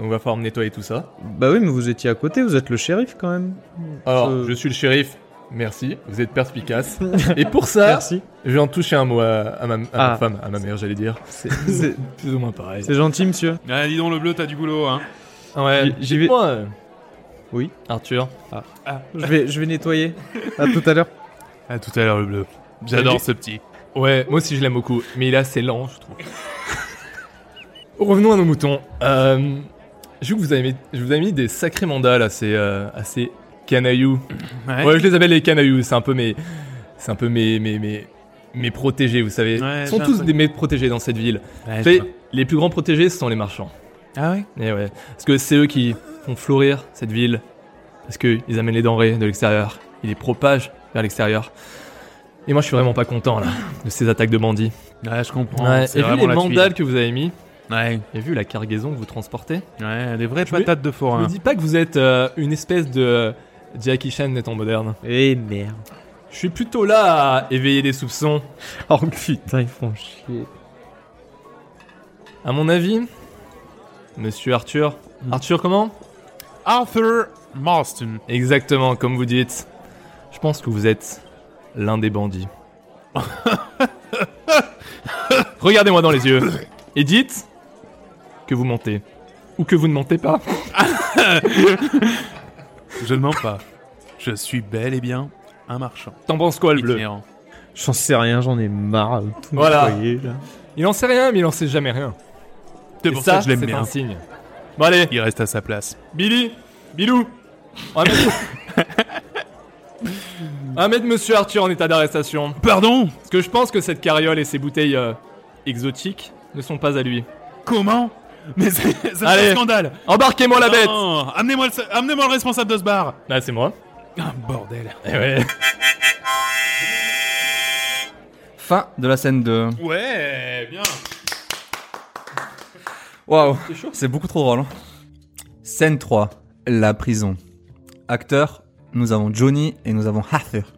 Speaker 5: Donc va falloir me nettoyer tout ça.
Speaker 4: Bah oui, mais vous étiez à côté, vous êtes le shérif, quand même.
Speaker 5: Alors,
Speaker 4: Euh.
Speaker 5: je suis le shérif. Merci, vous êtes perspicace. Et pour ça,
Speaker 4: Merci.
Speaker 5: je vais en toucher un mot à, à ma, à ma
Speaker 4: Ah.
Speaker 5: femme, à ma mère, j'allais dire.
Speaker 4: C'est- C'est
Speaker 5: Plus ou moins pareil.
Speaker 4: c'est gentil, monsieur.
Speaker 2: Ah, dis donc, le bleu, t'as du boulot, hein.
Speaker 5: Ouais,
Speaker 4: J'y- j'y vais-
Speaker 5: Moi, euh,
Speaker 4: Oui.
Speaker 5: Arthur.
Speaker 4: Je vais, je vais nettoyer. À tout à l'heure.
Speaker 2: À tout à l'heure, le bleu. J'adore ce petit.
Speaker 5: Ouais, moi aussi je l'aime beaucoup, mais il est assez lent, je trouve. Revenons à nos moutons. Euh, je vous avais mis, je vous avais mis des sacrés mandats à ces, euh, à ces canailloux.
Speaker 2: Ouais.
Speaker 5: Ouais, je les appelle les canailloux, c'est un peu mes. C'est un peu mes. mes, mes, mes protégés, vous savez.
Speaker 2: Ouais,
Speaker 5: Ils sont
Speaker 2: j'ai
Speaker 5: tous
Speaker 2: un peu-
Speaker 5: des mes protégés dans cette ville.
Speaker 2: Ouais,
Speaker 5: Vous
Speaker 2: je
Speaker 5: savez,
Speaker 2: vois.
Speaker 5: les plus grands protégés, ce sont les marchands.
Speaker 2: Ah ouais
Speaker 5: Et Eh ouais. Parce que c'est eux qui font fleurir cette ville. Parce qu'ils amènent les denrées de l'extérieur. Ils les propagent vers l'extérieur. Et moi, je suis vraiment pas content, là, de ces attaques de bandits.
Speaker 2: Ouais, je comprends.
Speaker 5: Ouais,
Speaker 2: c'est
Speaker 5: et vu
Speaker 2: vraiment
Speaker 5: les
Speaker 2: la
Speaker 5: mandales que vous avez mis,
Speaker 2: tuile. Ouais,
Speaker 5: et vu la cargaison que vous transportez,
Speaker 2: ouais, des vraies
Speaker 5: Je me-
Speaker 2: patates de
Speaker 5: je
Speaker 2: forain.
Speaker 5: me dis pas que vous êtes euh, une espèce de euh, Jackie Chan étant moderne.
Speaker 4: Eh merde.
Speaker 5: Je suis plutôt là à éveiller des soupçons.
Speaker 4: Oh putain, ils font chier.
Speaker 5: À mon avis, Monsieur Arthur.
Speaker 2: Mm.
Speaker 5: Arthur comment
Speaker 2: Arthur Marston.
Speaker 5: Exactement, comme vous dites. Je pense que vous êtes l'un des bandits. Regardez-moi dans les yeux et dites que vous mentez. Ou que vous ne mentez pas.
Speaker 2: Je ne mens pas. Je suis bel et bien un marchand.
Speaker 5: T'en penses quoi, le bleu
Speaker 2: Itinérant.
Speaker 4: J'en sais rien, j'en ai marre. de Tout
Speaker 5: Voilà.
Speaker 4: nettoyer, là.
Speaker 5: Il en sait rien, mais il en sait jamais rien.
Speaker 2: C'est
Speaker 5: Et
Speaker 2: pour ça,
Speaker 5: ça,
Speaker 2: que je l'aime
Speaker 5: c'est
Speaker 2: bien.
Speaker 5: un signe. Bon, allez,
Speaker 2: Il reste à sa place.
Speaker 5: Billy, Bilou, ramène... Ramène Monsieur Arthur en état d'arrestation.
Speaker 2: Pardon
Speaker 5: Parce que je pense que cette carriole et ces bouteilles euh, exotiques ne sont pas à lui.
Speaker 2: Comment Mais c'est c'est
Speaker 5: Allez.
Speaker 2: un scandale
Speaker 5: Embarquez-moi la bête
Speaker 2: Non, Amenez-moi le, amenez-moi le responsable de ce bar
Speaker 5: Là, c'est moi.
Speaker 2: Ah, bordel
Speaker 5: Eh ouais.
Speaker 1: Fin de la scène de.
Speaker 2: Ouais, bien
Speaker 1: Waouh, c'est beaucoup trop drôle. hein. Scène 3, la prison. Acteurs, nous avons Johnny et nous avons Arthur.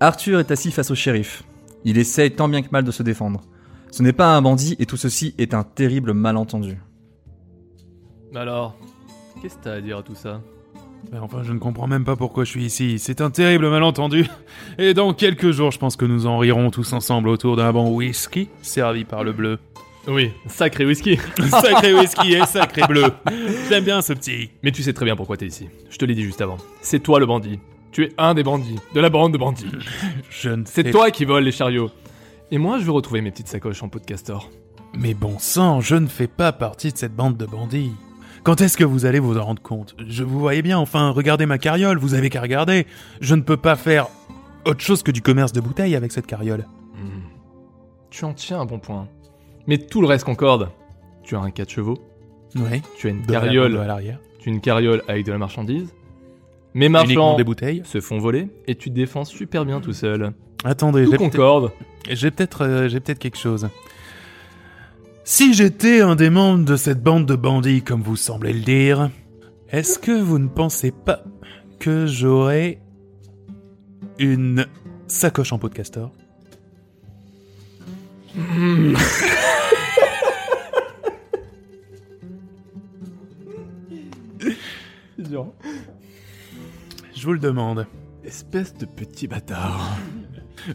Speaker 1: Arthur est assis face au shérif. Il essaye tant bien que mal de se défendre. Ce n'est pas un bandit et tout ceci est un terrible malentendu.
Speaker 5: Alors, qu'est-ce que t'as à dire à tout ça
Speaker 2: Mais Ben, enfin, je ne comprends même pas pourquoi je suis ici. C'est un terrible malentendu. Et dans quelques jours, je pense que nous en rirons tous ensemble autour d'un bon whisky servi par le bleu.
Speaker 5: Oui, sacré whisky.
Speaker 2: sacré whisky et sacré bleu. J'aime bien ce petit.
Speaker 5: Mais tu sais très bien pourquoi t'es ici. Je te l'ai dit juste avant. C'est toi le bandit. Tu es un des bandits, de la bande de bandits.
Speaker 2: Je ne
Speaker 5: C'est
Speaker 2: sais-
Speaker 5: toi qui vole les chariots. Et moi, je veux retrouver mes petites sacoches en podcastor.
Speaker 2: Mais bon sang, je ne fais pas partie de cette bande de bandits. Quand est-ce que vous allez vous en rendre compte Je vous voyez bien, enfin, regardez ma carriole, vous avez qu'à regarder. Je ne peux pas faire autre chose que du commerce de bouteilles avec cette carriole.
Speaker 5: Hmm. Tu en tiens un bon point. Mais tout le reste concorde. Tu as un 4 chevaux,
Speaker 2: Oui.
Speaker 5: tu as une
Speaker 2: à
Speaker 5: carriole,
Speaker 2: l'arrière.
Speaker 5: tu as une carriole avec de la marchandise. Mes
Speaker 2: Uniquement
Speaker 5: marchands
Speaker 2: des bouteilles.
Speaker 5: se font voler et tu te défends super bien tout seul.
Speaker 2: Attendez,
Speaker 5: Tout
Speaker 2: j'ai peut-être-
Speaker 5: concorde.
Speaker 2: J'ai peut-être euh, j'ai peut-être quelque chose. Si j'étais un des membres de cette bande de bandits, comme vous semblez le dire, est-ce que vous ne pensez pas que j'aurais une sacoche en pot de castor Je vous le demande.
Speaker 5: Espèce de petit bâtard.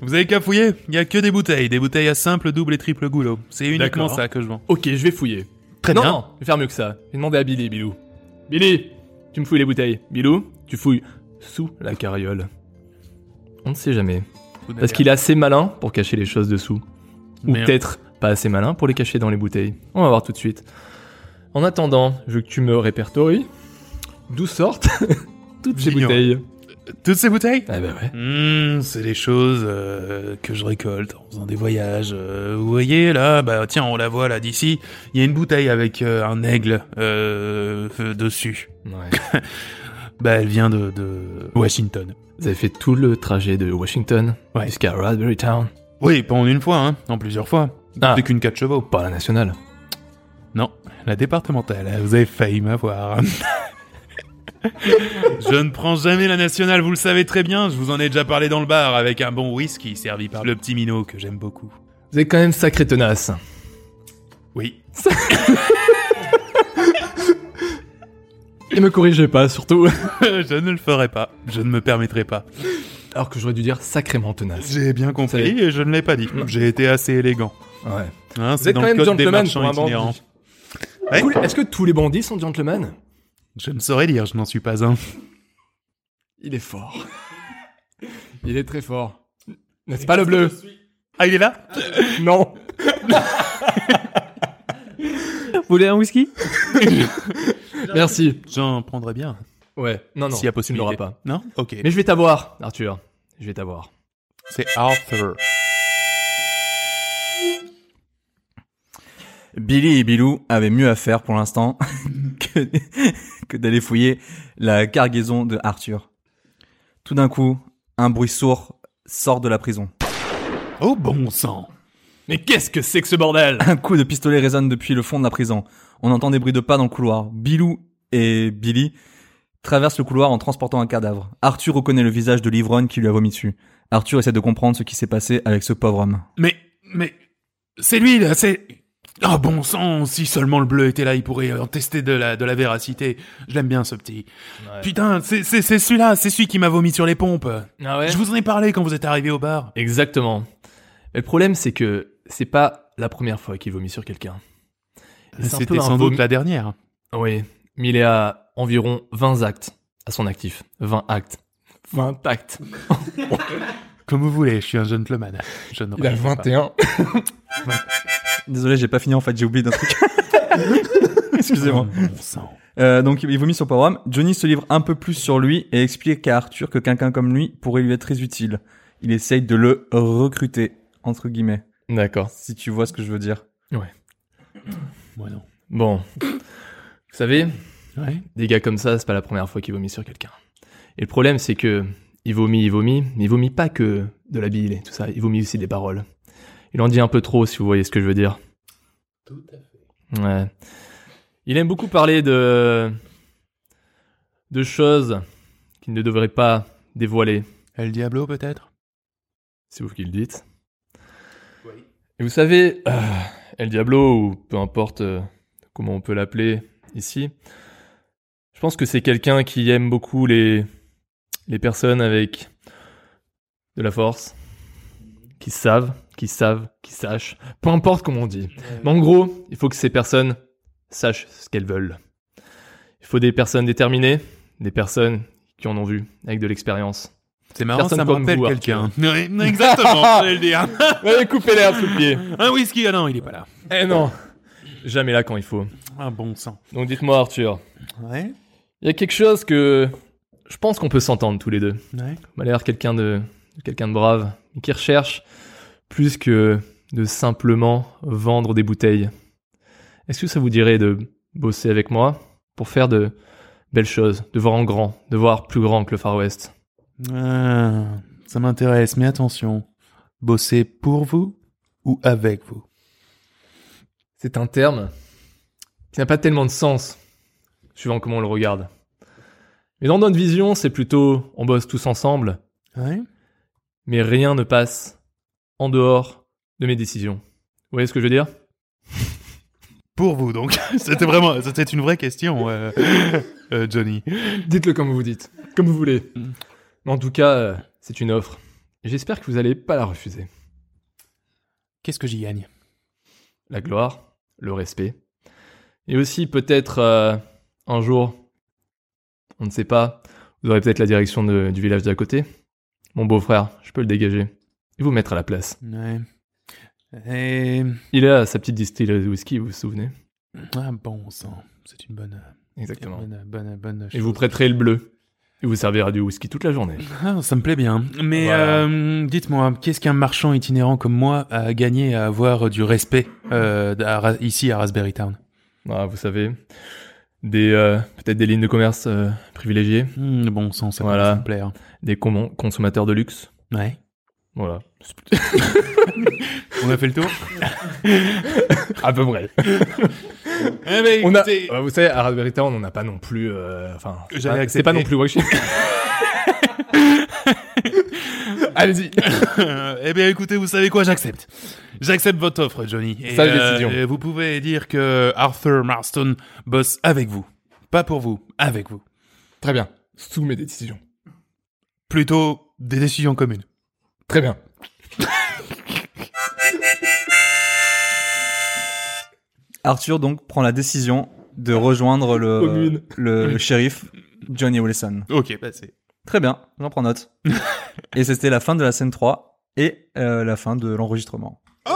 Speaker 2: Vous avez qu'à fouiller Il y a que des bouteilles, des bouteilles à simple, double et triple goulot. C'est uniquement
Speaker 5: D'accord.
Speaker 2: ça que je vends.
Speaker 5: Ok, je vais fouiller.
Speaker 2: Très
Speaker 5: non,
Speaker 2: bien.
Speaker 5: non, je vais faire mieux que ça. Je vais demander à Billy, Bilou. Billy, tu me fouilles les bouteilles. Bilou, tu fouilles sous la carriole. On ne sait jamais. Parce qu'il est assez malin pour cacher les choses dessous. Ou
Speaker 2: Merde.
Speaker 5: peut-être pas assez malin pour les cacher dans les bouteilles. On va voir tout de suite. En attendant, je veux que tu me répertories d'où sortent toutes ces
Speaker 2: Vigneron.
Speaker 5: bouteilles.
Speaker 2: Toutes ces bouteilles
Speaker 5: Ah bah ouais.
Speaker 2: Hmm, c'est des choses euh, que je récolte en faisant des voyages. Euh, vous voyez là, bah tiens, on la voit là d'ici. Il y a une bouteille avec euh, un aigle euh, euh, dessus.
Speaker 5: ouais.
Speaker 2: Bah elle vient de, de Washington.
Speaker 5: Vous avez fait tout le trajet de Washington
Speaker 2: Ouais.
Speaker 5: jusqu'à Raspberry Town.
Speaker 2: Oui, pas en une fois, hein, en plusieurs fois.
Speaker 5: Ah,
Speaker 2: C'est qu'une 4 chevaux.
Speaker 5: pas la nationale.
Speaker 2: Non, la départementale. Vous avez failli m'avoir. je ne prends jamais la nationale, vous le savez très bien. Je vous en ai déjà parlé dans le bar avec un bon whisky servi par le petit minot que j'aime beaucoup.
Speaker 5: Vous êtes quand même sacré tenace.
Speaker 2: Oui.
Speaker 5: Et me corrigez pas, surtout.
Speaker 2: je ne le ferai pas. Je ne me permettrai pas.
Speaker 5: Alors que j'aurais dû dire sacrément tenace.
Speaker 2: J'ai bien compris
Speaker 5: C'est-
Speaker 2: et je ne l'ai pas dit. J'ai été assez élégant.
Speaker 5: Mm. Ouais.
Speaker 2: Hein,
Speaker 5: Vous êtes
Speaker 2: dans
Speaker 5: quand
Speaker 2: le
Speaker 5: même
Speaker 2: code des
Speaker 5: gentleman
Speaker 2: marchands
Speaker 5: pour un
Speaker 2: itinérants.
Speaker 5: bandit.
Speaker 2: Ouais.
Speaker 5: Cool. Est-ce que tous les bandits sont gentlemen
Speaker 2: Je ne saurais dire, je n'en suis pas un.
Speaker 5: Il est fort. Il est très fort. N'est-ce pas le bleu
Speaker 2: Ah, il est là
Speaker 5: Non.
Speaker 4: Vous voulez un whisky
Speaker 5: Merci.
Speaker 2: J'en prendrais bien.
Speaker 5: Ouais. Non, non.
Speaker 2: S'il y a
Speaker 5: tu ne
Speaker 2: possibilité.
Speaker 5: l'auras pas.
Speaker 2: Non Ok.
Speaker 5: Mais je vais t'avoir, Arthur. Je vais t'avoir.
Speaker 2: C'est Arthur.
Speaker 1: Billy et Bilou avaient mieux à faire pour l'instant que, que d'aller fouiller la cargaison de Arthur. Tout d'un coup, un bruit sourd sort de la prison.
Speaker 2: Oh bon sang
Speaker 5: Mais qu'est-ce que c'est que ce bordel
Speaker 1: Un coup de pistolet résonne depuis le fond de la prison. On entend des bruits de pas dans le couloir. Bilou et Billy traversent le couloir en transportant un cadavre. Arthur reconnaît le visage de l'ivrogne qui lui a vomi dessus. Arthur essaie de comprendre ce qui s'est passé avec ce pauvre homme.
Speaker 2: Mais. Mais. C'est lui là, c'est. Oh bon sang Si seulement le bleu était là, il pourrait en tester de la, de la véracité. Je l'aime bien ce petit. Putain, c'est c'est- c'est celui-là, c'est celui qui m'a vomi sur les pompes.
Speaker 5: Ah ouais
Speaker 2: Je vous en ai parlé quand vous êtes arrivé au bar.
Speaker 5: Exactement. Mais le problème, c'est que c'est pas la première fois qu'il vomit sur quelqu'un. Et c'est un peu
Speaker 2: C'était
Speaker 5: un
Speaker 2: sans doute
Speaker 5: vomi-
Speaker 2: la dernière.
Speaker 5: Oui, mais il est à environ 20 actes à son actif. 20 actes. 20 actes.
Speaker 2: Comme vous voulez, je suis un gentleman. Je ne
Speaker 5: Il a
Speaker 2: regrette pas.
Speaker 5: 21.
Speaker 1: Désolé, j'ai pas fini en fait, j'ai oublié d'un truc. Excusez-moi.
Speaker 2: Oh, mon sang.
Speaker 1: Euh, donc il vomit sur Powam. Johnny se livre un peu plus sur lui et explique à Arthur que quelqu'un comme lui pourrait lui être très utile. Il essaye de le recruter, entre guillemets,
Speaker 5: D'accord.
Speaker 1: si tu vois ce que je veux dire.
Speaker 2: Moi non.
Speaker 5: Bon. Vous savez,
Speaker 2: Ouais.
Speaker 5: des gars comme ça, c'est pas la première fois qu'il vomit sur quelqu'un. Et le problème, c'est que il vomit, il vomit, mais il vomit pas que de la bile et tout ça, il vomit aussi des paroles. Il en dit un peu trop, si vous voyez ce que je veux dire. Tout à fait. Ouais. Il aime beaucoup parler de de choses qu'il ne devrait pas dévoiler,
Speaker 2: El Diablo peut-être
Speaker 5: c'est vous qui le dites. Et vous savez, euh, El Diablo, ou peu importe euh, comment on peut l'appeler ici, je pense que c'est quelqu'un qui aime beaucoup les, les personnes avec de la force, qui savent, qui savent, qui sachent, peu importe comment on dit. Mais en gros, il faut que ces personnes sachent ce qu'elles veulent. Il faut des personnes déterminées, des personnes qui en ont vu, avec de l'expérience.
Speaker 2: C'est marrant,
Speaker 5: Personne
Speaker 2: ça me
Speaker 5: comme
Speaker 2: rappelle
Speaker 5: vous,
Speaker 2: quelqu'un. Ouais, Exactement, j'allais le dire.
Speaker 5: Allez, coupez-les un sous le pied
Speaker 2: Un whisky, ah non, il est pas là.
Speaker 5: Eh non Jamais là quand il faut.
Speaker 2: Un bon sang.
Speaker 5: Donc dites-moi Arthur,
Speaker 2: Ouais,
Speaker 5: il y a quelque chose que je pense qu'on peut s'entendre tous les deux.
Speaker 2: ouais.
Speaker 5: Il m'a l'air quelqu'un de quelqu'un de brave et qui recherche plus que de simplement vendre des bouteilles. Est-ce que ça vous dirait de bosser avec moi pour faire de belles choses, de voir en grand, de voir plus grand que le Far West
Speaker 2: Ah, ça m'intéresse, mais attention. Bosser pour vous ou avec vous
Speaker 5: C'est un terme qui n'a pas tellement de sens suivant comment on le regarde. Mais dans notre vision, c'est plutôt on bosse tous ensemble
Speaker 2: Ouais.
Speaker 5: mais rien ne passe en dehors de mes décisions. Vous voyez ce que je veux dire
Speaker 2: Pour vous, donc. c'était vraiment, c'était une vraie question, euh, euh, Johnny.
Speaker 5: Dites-le comme vous dites, comme vous voulez. Mais en tout cas, euh, c'est une offre. Et J'espère que vous n'allez pas la refuser.
Speaker 2: Qu'est-ce que j'y gagne
Speaker 5: La gloire, le respect, et aussi peut-être euh, un jour, on ne sait pas, vous aurez peut-être la direction de- du village d'à côté. Mon beau-frère, je peux le dégager et vous mettre à la place.
Speaker 2: Ouais. Et...
Speaker 5: Il a sa petite distillerie de whisky, vous vous souvenez
Speaker 2: Un ah, bon sang. C'est une bonne,
Speaker 5: Exactement.
Speaker 2: bonne, bonne, bonne chose.
Speaker 5: Et vous prêterez le bleu. Et vous servira du whisky toute la journée.
Speaker 2: Ah, ça me plaît bien. Mais
Speaker 5: Voilà.
Speaker 2: euh, dites-moi, qu'est-ce qu'un marchand itinérant comme moi a gagné à avoir du respect euh, à Ra- ici à Raspberry Town
Speaker 5: Ah, vous savez, des euh, peut-être des lignes de commerce euh, privilégiées,
Speaker 2: Hmm, Bon sang, ça
Speaker 5: Voilà.
Speaker 2: commence à me plaire.
Speaker 5: des com- consommateurs de luxe.
Speaker 2: Ouais.
Speaker 5: Voilà.
Speaker 2: On a fait le tour
Speaker 5: À peu près.
Speaker 2: Eh ben,
Speaker 5: On a,
Speaker 2: écoutez,
Speaker 5: Ah, vous savez, à Raspberry Town, on n'a pas non plus. euh, Enfin, c'est
Speaker 2: J'avais
Speaker 5: pas- c'est
Speaker 2: accepté.
Speaker 5: pas non plus Washi. Allez-y.
Speaker 2: Euh, eh bien, écoutez, vous savez quoi, j'accepte. J'accepte votre offre, Johnny. Et, euh,
Speaker 5: Sage décision.
Speaker 2: et vous pouvez dire que Arthur Marston bosse avec vous. Pas pour vous, avec vous.
Speaker 5: Très bien. Sous mes décisions.
Speaker 2: Plutôt des décisions communes.
Speaker 5: Très bien.
Speaker 1: Arthur donc prend la décision de rejoindre le,
Speaker 5: Commune.
Speaker 1: le, le shérif Johnny Wilson.
Speaker 2: Ok, passé.
Speaker 1: Très bien, j'en prends note. et c'était la fin de la scène 3 et euh, la fin de l'enregistrement.
Speaker 2: Oh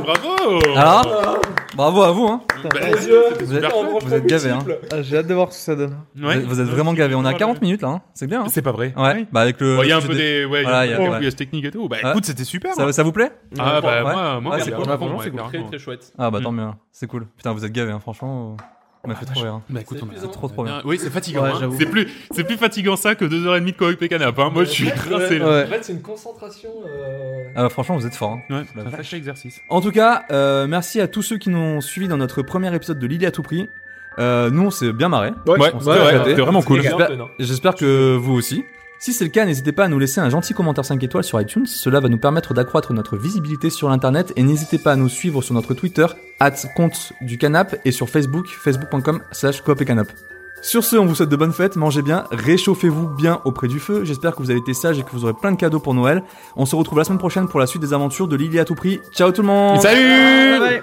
Speaker 2: Bravo
Speaker 1: Ah Alors, bravo à vous, hein.
Speaker 2: Bah,
Speaker 1: Vous êtes, vous êtes gavés, hein.
Speaker 4: Ah, J'ai hâte de voir ce que ça donne.
Speaker 1: Vous
Speaker 2: ouais.
Speaker 1: êtes- Vous êtes vraiment gavés. On a 40 minutes là, hein. c'est bien. hein.
Speaker 2: C'est pas vrai.
Speaker 1: Ouais, bah avec le.
Speaker 2: Bon, il y a un
Speaker 1: je
Speaker 2: peu
Speaker 1: dé-
Speaker 2: des. Ouais, il
Speaker 1: Voilà,
Speaker 2: y
Speaker 1: il y a
Speaker 2: a un peu
Speaker 1: quand
Speaker 2: de
Speaker 1: même.
Speaker 2: couillages techniques et tout. Bah
Speaker 1: Ouais.
Speaker 2: écoute, c'était super.
Speaker 1: Ça, ça vous plaît
Speaker 2: Ah bah
Speaker 1: Ouais.
Speaker 2: moi, moi,
Speaker 1: Ouais, c'est
Speaker 2: j'adore.
Speaker 1: cool.
Speaker 2: Ouais,
Speaker 5: Franchement, c'est
Speaker 2: clairement.
Speaker 5: très très chouette.
Speaker 1: Ah bah
Speaker 2: Mm.
Speaker 1: tant mieux, c'est cool. Putain, vous êtes gavés, hein. franchement. euh, On m'a fait trop rire. hein.
Speaker 2: Bah écoute, on a-
Speaker 1: C'est trop trop bien.
Speaker 2: Ah, Oui, c'est fatigant.
Speaker 4: Ouais,
Speaker 2: hein.
Speaker 4: j'avoue.
Speaker 2: C'est plus, c'est plus fatigant ça que deux heures et demie de coop et canap. hein. Moi, je suis rincé. là.
Speaker 4: Ouais.
Speaker 5: fait, c'est une concentration.
Speaker 1: Ah bah, franchement, vous êtes forts. hein.
Speaker 2: Ouais.
Speaker 1: La vache.
Speaker 2: Lâchez exercice.
Speaker 1: En tout cas, euh, merci à tous ceux qui nous ont suivis dans notre premier épisode de Lily à tout prix. Euh, nous, on s'est bien marré.
Speaker 2: Ouais,
Speaker 1: on s'est
Speaker 2: c'était
Speaker 1: bien
Speaker 2: vrai,
Speaker 1: éclaté.
Speaker 2: c'était vraiment cool.
Speaker 1: J'espère- J'espère que vous aussi. Si c'est le cas, n'hésitez pas à nous laisser un gentil commentaire 5 étoiles sur iTunes. Cela va nous permettre d'accroître notre visibilité sur l'internet et n'hésitez pas à nous suivre sur notre Twitter, at compte du canap et sur Facebook, facebook.com slash coop et canap. Sur ce, on vous souhaite de bonnes fêtes, mangez bien, réchauffez-vous bien auprès du feu. J'espère que vous avez été sages et que vous aurez plein de cadeaux pour Noël. On se retrouve la semaine prochaine pour la suite des aventures de Lily à tout prix. Ciao tout le monde
Speaker 2: Salut
Speaker 4: Bye bye.